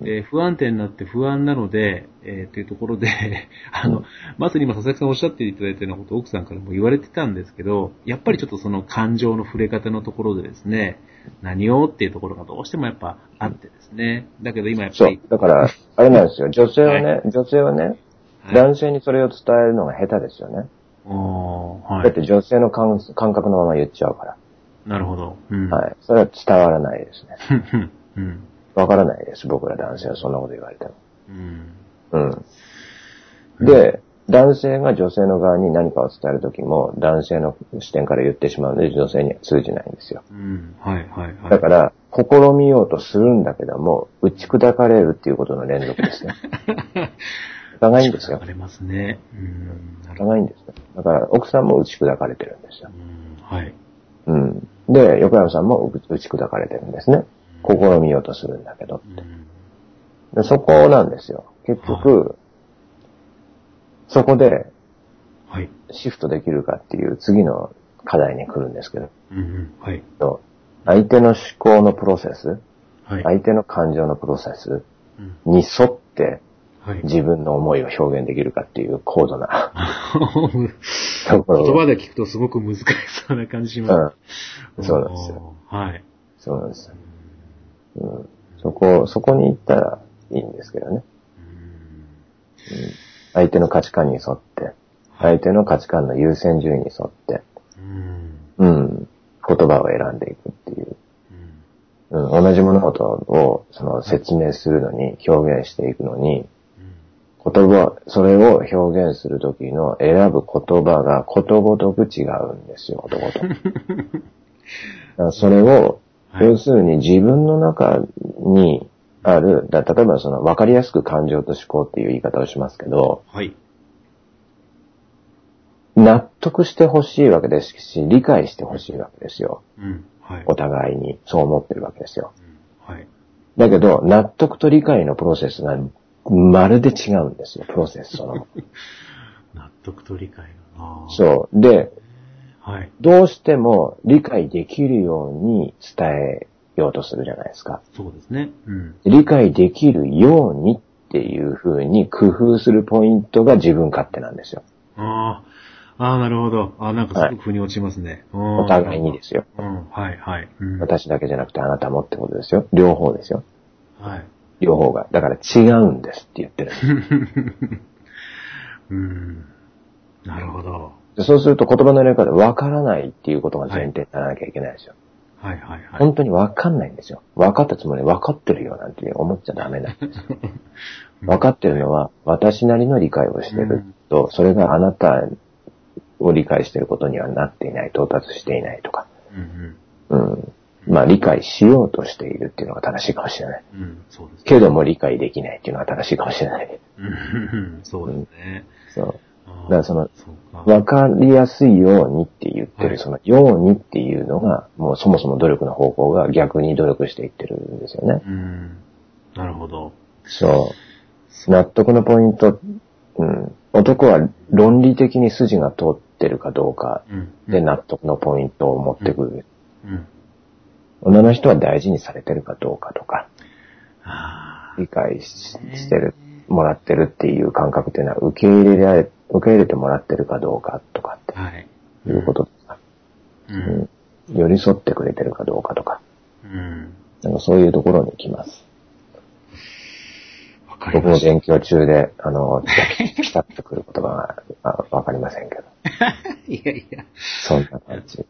Speaker 1: で、不安定になって不安なので、えーというところで、 <laughs> あの、まさに今佐々木さんおっしゃっていただいたようなことを奥さんからも言われてたんですけど、やっぱりちょっとその感情の触れ方のところでですね、何をっていうところがどうしてもやっぱあってですね。だけど今やっぱ
Speaker 2: そ
Speaker 1: り
Speaker 2: う。、だから、あれなんですよ。女性はね、女性はね、
Speaker 1: はい
Speaker 2: 男性にそれを伝えるのが下手ですよね。
Speaker 1: おーは
Speaker 2: だっ
Speaker 1: い
Speaker 2: て。女性の感感覚のまま言っちゃうから。
Speaker 1: なるほど。うん。
Speaker 2: はい。それは伝わらないですね。
Speaker 1: <laughs> うんうん。
Speaker 2: わからないです。僕ら男性はそんなこと言われても。
Speaker 1: うん。
Speaker 2: うん。で、男性が女性の側に何かを伝えるときも、男性の視点から言ってしまうので、女性には通じないんですよ。
Speaker 1: うん。はい、はい、はい。
Speaker 2: だから、試みようとするんだけども、打ち砕かれるっていうことの連続ですね。お互いんですよ
Speaker 1: あ。りますね。うん。なるほ
Speaker 2: お
Speaker 1: ど。
Speaker 2: 互いんですよ。だから、奥さんも打ち砕かれてるんですよ
Speaker 1: う。ん。はい。
Speaker 2: うん。で、横山さんも打ち砕かれてるんですね。試みようとするんだけど。
Speaker 1: うん。
Speaker 2: でそこなんですよ。結局、そこで
Speaker 1: はい。
Speaker 2: シフトできるかっていう次の課題に来るんですけ
Speaker 1: うん、うん。はい。
Speaker 2: ど、相手の思考のプロセス、
Speaker 1: はい。
Speaker 2: 相手の感情のプロセス
Speaker 1: うん
Speaker 2: に沿って
Speaker 1: はい。
Speaker 2: 自分の思いを表現できるかっていう高度な <laughs>
Speaker 1: 言
Speaker 2: ところ
Speaker 1: 葉
Speaker 2: を。
Speaker 1: で聞くとすごく難しそうな感じし
Speaker 2: う
Speaker 1: ま
Speaker 2: ん
Speaker 1: す。。
Speaker 2: そうなんですよ。
Speaker 1: はい。
Speaker 2: そうなんですよ。うん。そこ、そこに行ったらいいんですけどね。
Speaker 1: うん
Speaker 2: 相手の価値観に沿って、相手の価値観の優先順位に沿って、
Speaker 1: うん
Speaker 2: うん、言葉を選んでいくっていう。
Speaker 1: うん
Speaker 2: うん、同じ物事をその説明するのに、表現していくのに、言葉、それを表現するときの選ぶ言葉がことごとく違うんですよ、ことごとく。だからそれを、
Speaker 1: はい
Speaker 2: 要するに自分の中にある、だ例えばその分かりやすく感情と思考っていう言い方をしますけど、
Speaker 1: はい。
Speaker 2: 納得してほしいわけですし、理解してほしいわけですよ。
Speaker 1: うんはい。
Speaker 2: お互いにそう思ってるわけですよ。
Speaker 1: はい。
Speaker 2: だけど、納得と理解のプロセスがまるで違うんですよ、プロセスそのもの。
Speaker 1: 納得と理解がなぁ
Speaker 2: そう。で、
Speaker 1: はい。
Speaker 2: どうしても理解できるように伝えようとするじゃないですか。
Speaker 1: そうですね。うん。
Speaker 2: 理解できるようにっていう風に工夫するポイントが自分勝手なんですよ。
Speaker 1: ああ。ああ、なるほど。ああ、なんかすごく腑に落ちますね。
Speaker 2: お
Speaker 1: お。
Speaker 2: 互いにですすよ。
Speaker 1: うん。はい、はい。うん。はい。
Speaker 2: 私だけじゃなくてあなたもってことですよ。両方ですよ。
Speaker 1: はい。
Speaker 2: 両方が。だから違うんですって言ってるんです。
Speaker 1: うん。なるほど。
Speaker 2: でそうすると言葉のやり方で分からないっていうことが前提にならなきゃいけないですよ。
Speaker 1: はい、はい、はい。
Speaker 2: 本当に分かんないんですよ。分かったつもりで分かってるよなんて思っちゃ
Speaker 1: <laughs>
Speaker 2: ダメなんですよ。分かってるのは私なりの理解をしてると、それがあなたを理解してることにはなっていない、到達していないとか。
Speaker 1: うん、
Speaker 2: うん。まあ理解しようとしているっていうのが正しいかもしれない。
Speaker 1: うん。うん、そうですね。
Speaker 2: けども理解できないっていうのが正しいかもしれない。
Speaker 1: うんそうですね。
Speaker 2: そう。
Speaker 1: あー
Speaker 2: だからその、
Speaker 1: そうか。
Speaker 2: 分かりやすいようにって言って
Speaker 1: はい
Speaker 2: る、その、ようにっていうのが、もうそもそも努力の方向が逆に努力していってるんですよね。
Speaker 1: うん。なるほど。
Speaker 2: そう。納得のポイント、うん。男は論理的に筋が通っってるかどうか
Speaker 1: うん。
Speaker 2: で納得のポイントを持ってくる。
Speaker 1: うん。
Speaker 2: 女の人は大事にされてるかどうかとか、
Speaker 1: あ
Speaker 2: 理解ししてる、もらってるっていう感覚っていうのは受け入れられ、受け入れてもらってるかどうかとか
Speaker 1: あ。はい。
Speaker 2: っていうこととか、
Speaker 1: うん。
Speaker 2: うん寄り添ってくれてるかどうかとか、
Speaker 1: うん。
Speaker 2: なんかそういうところに行きます。
Speaker 1: わかり
Speaker 2: 僕
Speaker 1: ま
Speaker 2: も
Speaker 1: した。
Speaker 2: 勉強中で、あの、 <laughs> ピタッとくる言葉があわかりませんけど、
Speaker 1: いやいや。
Speaker 2: そんな感じ。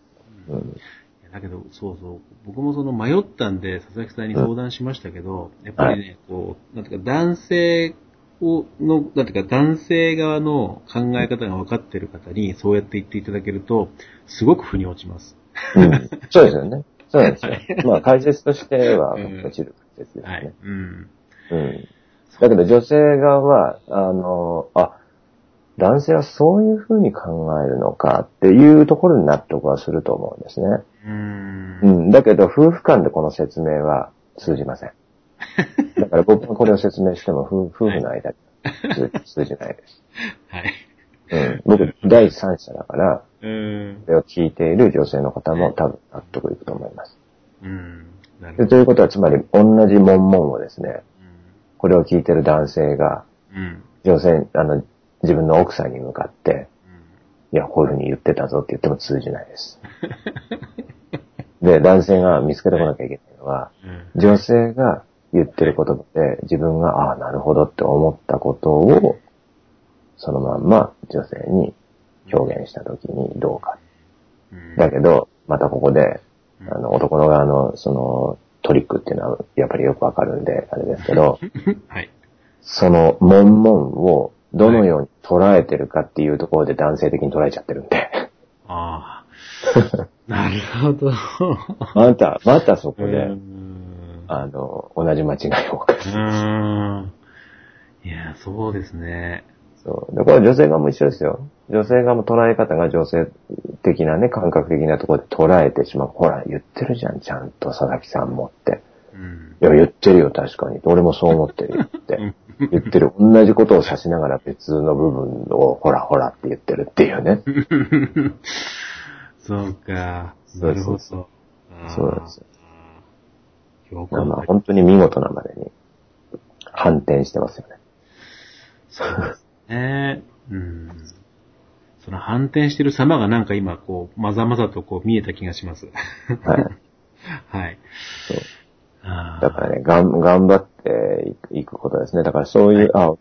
Speaker 2: うん
Speaker 1: いやだけど、そうそう。僕もその迷ったんで、佐々木さんに相談しましたけど、やっぱりね、こう、なんていうか、男性を、の、なんていうか、男性側の考え方が分かってる方に、そうやって言っていただけると、すごく腑に落ちます。
Speaker 2: うんそうですよね。そうなんですよ。まあ解説としては、
Speaker 1: うん
Speaker 2: 落ちる解説です
Speaker 1: は
Speaker 2: ね
Speaker 1: い。。うん。
Speaker 2: うん。だけど女性側は、あの、あ、男性はそういうふうに考えるのかっていうところに納得はすると思うんですね。
Speaker 1: うーん。
Speaker 2: う。ん。だけど夫婦間でこの説明は通じ
Speaker 1: <laughs>
Speaker 2: ません。だから僕がこれを説明しても夫夫婦の間で通
Speaker 1: <laughs>
Speaker 2: 通じないです。
Speaker 1: はい。
Speaker 2: うん。僕、第三者だから、
Speaker 1: うーん
Speaker 2: こ。れを聞いている女性の方も多分納得いくと思います。
Speaker 1: うん。なるほ
Speaker 2: でと
Speaker 1: ど。
Speaker 2: いうことは、つまり、同じ文言をですね、これを聞いてる男性が、
Speaker 1: うん。うん。
Speaker 2: 女性、あの、自分の奥さんに向かって、
Speaker 1: うん
Speaker 2: いや、こういうふうに言ってたぞって言っても通じないです。で、男性が見つけてこなきゃいけないのは、
Speaker 1: うん
Speaker 2: 女性が言ってる言葉で、自分が、ああ、なるほどって思ったことを、そのまんま女性に表現したときにどうか。
Speaker 1: うん
Speaker 2: だけど、またここで、あの、男の側の、その、トリックっていうのは、やっぱりよくわかるんで、あれです
Speaker 1: <laughs>
Speaker 2: けど、
Speaker 1: はい。
Speaker 2: その、文々を、どのように捉えてるかっていうところで男性的に捉えちゃってるんで。
Speaker 1: ああ。なるほど。
Speaker 2: また、またそこ
Speaker 1: う
Speaker 2: で
Speaker 1: ー、ん
Speaker 2: あの、同じ間違いを犯
Speaker 1: う
Speaker 2: す。
Speaker 1: ーん。いや、そうですね。
Speaker 2: そう。で、これは女性側も一緒ですよ。女性側も捉え方が女性的なね、感覚的なところで捉えてしまう。ほら、言ってるじゃん、ちゃんと、佐々木さんもって。
Speaker 1: うん。
Speaker 2: いや、言ってるよ、確かに。俺もそう思ってるって。言ってる。同じことを指しながら別の部分を、ほらほらって言ってるっていうね。
Speaker 1: そうか。
Speaker 2: そ
Speaker 1: な
Speaker 2: う
Speaker 1: る
Speaker 2: そ
Speaker 1: ほ
Speaker 2: うそう
Speaker 1: ど。あー
Speaker 2: そうなんですよ
Speaker 1: よく
Speaker 2: まあ
Speaker 1: わ
Speaker 2: まあ、
Speaker 1: かり
Speaker 2: 本当に見事なまでに、反転してますよね。
Speaker 1: そうですね。うん。その反転してる様がなんか今、こう、まざまざとこう見えた気がします。
Speaker 2: はい。
Speaker 1: はい。
Speaker 2: そう
Speaker 1: あ
Speaker 2: だからね、がん、頑張っていくことですね。だからそういう、あ、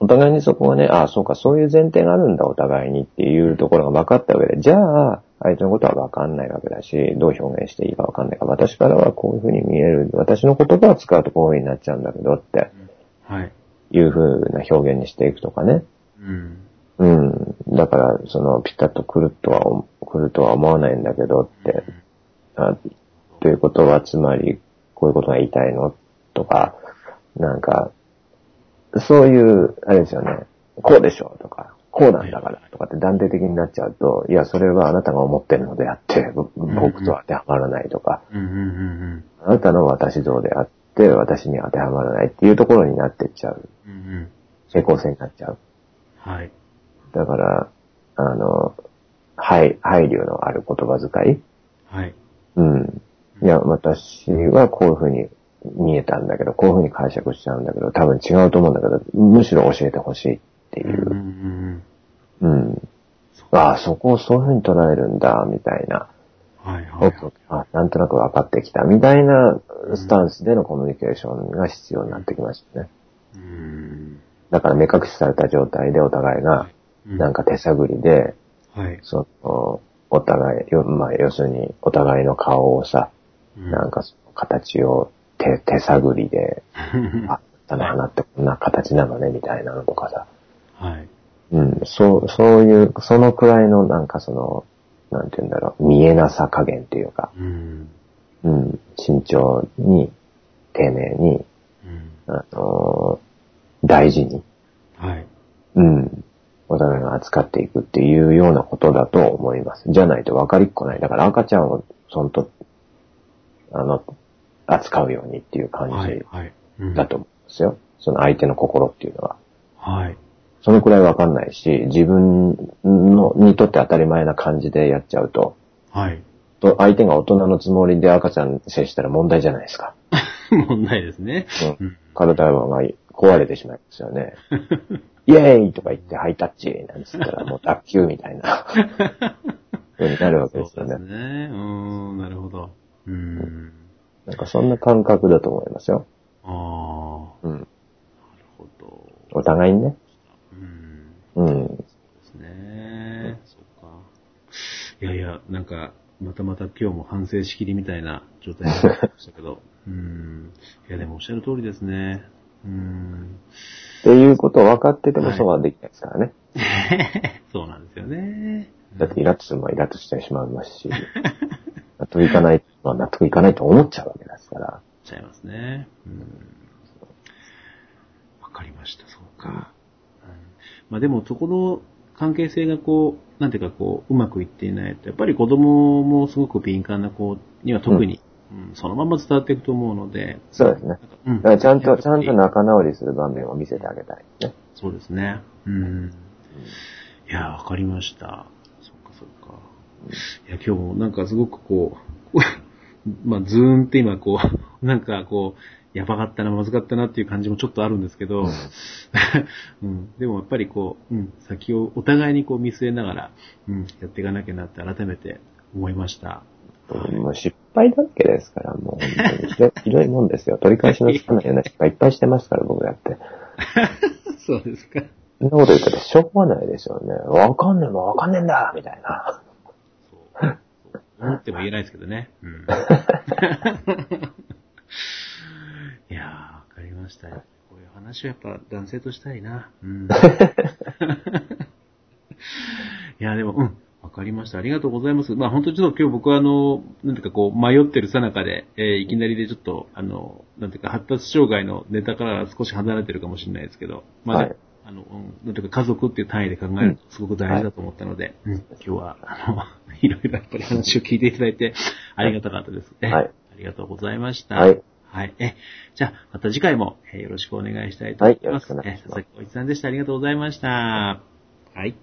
Speaker 2: お互いにそこはね、あ、そうか、そういう前提があるんだ、お互いにっていうところが分かった上で、じゃあ、相手のことは分かんないわけだし、どう表現していいか分かんないから、私からはこういう風に見える、私の言葉を使うとこういう風になっちゃうんだけどって
Speaker 1: ら。はい。
Speaker 2: いう風な表現にしていくとかね。
Speaker 1: うん。
Speaker 2: うん。だから、その、ピタッと来るとは思、来るとは思わないんだけどって、あということは、つまり、こういうことが言いたいのとか、なんか、そういう、あれですよね、こうでしょとか、こうなんだからとかって断定的になっちゃうと、いや、それはあなたが思ってるのであって、ぼ僕と当てはまらないとか、
Speaker 1: うんうんうん
Speaker 2: あなたの私像であって、私に当てはまらないっていうところになってっちゃう。
Speaker 1: うん。うんうん。
Speaker 2: 平行線になっちゃう。
Speaker 1: はい。
Speaker 2: だから、あの、配、配慮のある言葉遣い
Speaker 1: はい。
Speaker 2: うん。いや、私はこういうふうに見えたんだけど、こういうふうに解釈しちゃうんだけど、多分違うと思うんだけど、むしろ教えてほしいってい
Speaker 1: うんうんう
Speaker 2: う。
Speaker 1: ん。
Speaker 2: うん。ああ、そこをそういうふうに捉えるんだ、みたいな。
Speaker 1: はいはいはい。
Speaker 2: あなんとなく分かってきた、みたいなスタンスでのコミュニケーションが必要になってきましたね。
Speaker 1: うん。
Speaker 2: だから目隠しされた状態でお互いが、なんか手探りで、
Speaker 1: はい。
Speaker 2: その、お互い、よまあ、要するに、お互いの顔をさ、な
Speaker 1: か、
Speaker 2: んかその形を手、手探りであ
Speaker 1: <laughs> は
Speaker 2: ったな、花ってこんな形なのね、みたいなのとかさ。
Speaker 1: い。
Speaker 2: うん、そう、そういう、そのくらいの、なんかその、なんて言うんだろう、見えなさ加減っていうか、
Speaker 1: うん。
Speaker 2: うん、慎重に、丁寧に、
Speaker 1: うん。
Speaker 2: あのー大事に、
Speaker 1: はい。
Speaker 2: うん、お互いが扱っていくっていうようなことだと思います。じゃないと分かりっこない。だから赤ちゃんを、そんと、あの、扱うようにっていう感
Speaker 1: はい
Speaker 2: じ。
Speaker 1: はい。うん
Speaker 2: だと。思うんですよ。その相手の心っていうのは。
Speaker 1: はい。
Speaker 2: そのくらいわかんないし、自分の、にとって当たり前な感じでやっちゃうと、
Speaker 1: はい。 <laughs>
Speaker 2: と相手が大人のつもりで赤ちゃん接したら問題じゃないですか。
Speaker 1: 問題ですね。
Speaker 2: う
Speaker 1: うんん、
Speaker 2: 体が壊れてしまいます
Speaker 1: <laughs>
Speaker 2: よね。イエーイとか言ってハイタッチなんつったらもう卓球みた
Speaker 1: <laughs>
Speaker 2: いな、風になるわ
Speaker 1: そう
Speaker 2: けで
Speaker 1: ですす
Speaker 2: よね
Speaker 1: ね。う。ーん、なるほど。うーん。
Speaker 2: なんかそんな感覚だと思いますよ。
Speaker 1: ああ、な
Speaker 2: うん。
Speaker 1: るほど。
Speaker 2: お互いにね。
Speaker 1: うん。
Speaker 2: う
Speaker 1: そ
Speaker 2: ん。
Speaker 1: うですね。そっか。いやいや、なんか、またまた今日も反省しきりみたいな状態になりましたけ <laughs> ど。うん。いや、でもおっしゃる通りですね。うん。
Speaker 2: っていうことを分かってても
Speaker 1: はい
Speaker 2: そうはできないですからね。
Speaker 1: そうなんですよね。
Speaker 2: だってイラッとするのはイラッとしてしまいます
Speaker 1: <laughs>
Speaker 2: し、納得いかない、まあ、納得いかないと思っちゃうわけですから。
Speaker 1: ちゃいますね。うん。わかりました、そうか。うん、まあでも、そこの関係性がこう、なんていうかこう、うまくいっていないと、やっぱり子供もすごく敏感な子には特に、うんそのまま伝わっていくと思うので、
Speaker 2: そうですね。
Speaker 1: う
Speaker 2: だ
Speaker 1: ん
Speaker 2: からちゃんと、ちゃんと仲直りする場面を見せてあげたいね。
Speaker 1: そうですね。うん。いや、わかりました。そっかそっか。いや、今日もなんかすごくこう、 <laughs> まあ、ズーンって今こう、 <laughs> なんかこう、やばかったな、まずかったなっていう感じもちょっとあるんですけど、 <laughs> うん、でもやっぱりこう、うん、先をお互いにこう見据えながら、うん、やっていかなきゃなって改めて思いました。
Speaker 2: もう失敗だらけですから、もう本当にひどいひどいもんですよ。取り返しのつかないような失敗いっぱいしてますから、僕だって。
Speaker 1: そうですか。
Speaker 2: <laughs> そんなこと言ったらしょうがないですよね。わかんねえもんわかんねえんだみたいな。 <laughs>
Speaker 1: そう。思っても言えないですけどね。うん。いやー、わかりましたよ。こういう話はやっぱ男性としたいな。
Speaker 2: <laughs>
Speaker 1: うん。いや、でも、うん。わかりました。ありがとうございます。まあ本当にちょっと今日僕はあの、なんていうかこう迷ってるさなかで、えーいきなりでちょっと、あの、なんていうか発達障害のネタから少し離れてるかもしれないですけど、まあ、
Speaker 2: はい
Speaker 1: あの、うんなんていうか家族っていう単位で考えるとすごく大事だと思ったので、うん今日は、あの、い <laughs> ろいろやっぱり話を聞いていただいて、ありがたかったです。ね
Speaker 2: はい
Speaker 1: ありがとうございました。
Speaker 2: はい。
Speaker 1: はい。え、じゃあ、また次回も、えーよろしくお願いしたいと
Speaker 2: は
Speaker 1: 思
Speaker 2: い
Speaker 1: います。
Speaker 2: よろしくお願いします
Speaker 1: え佐々木浩一さんでした。ありがとうございました。はい。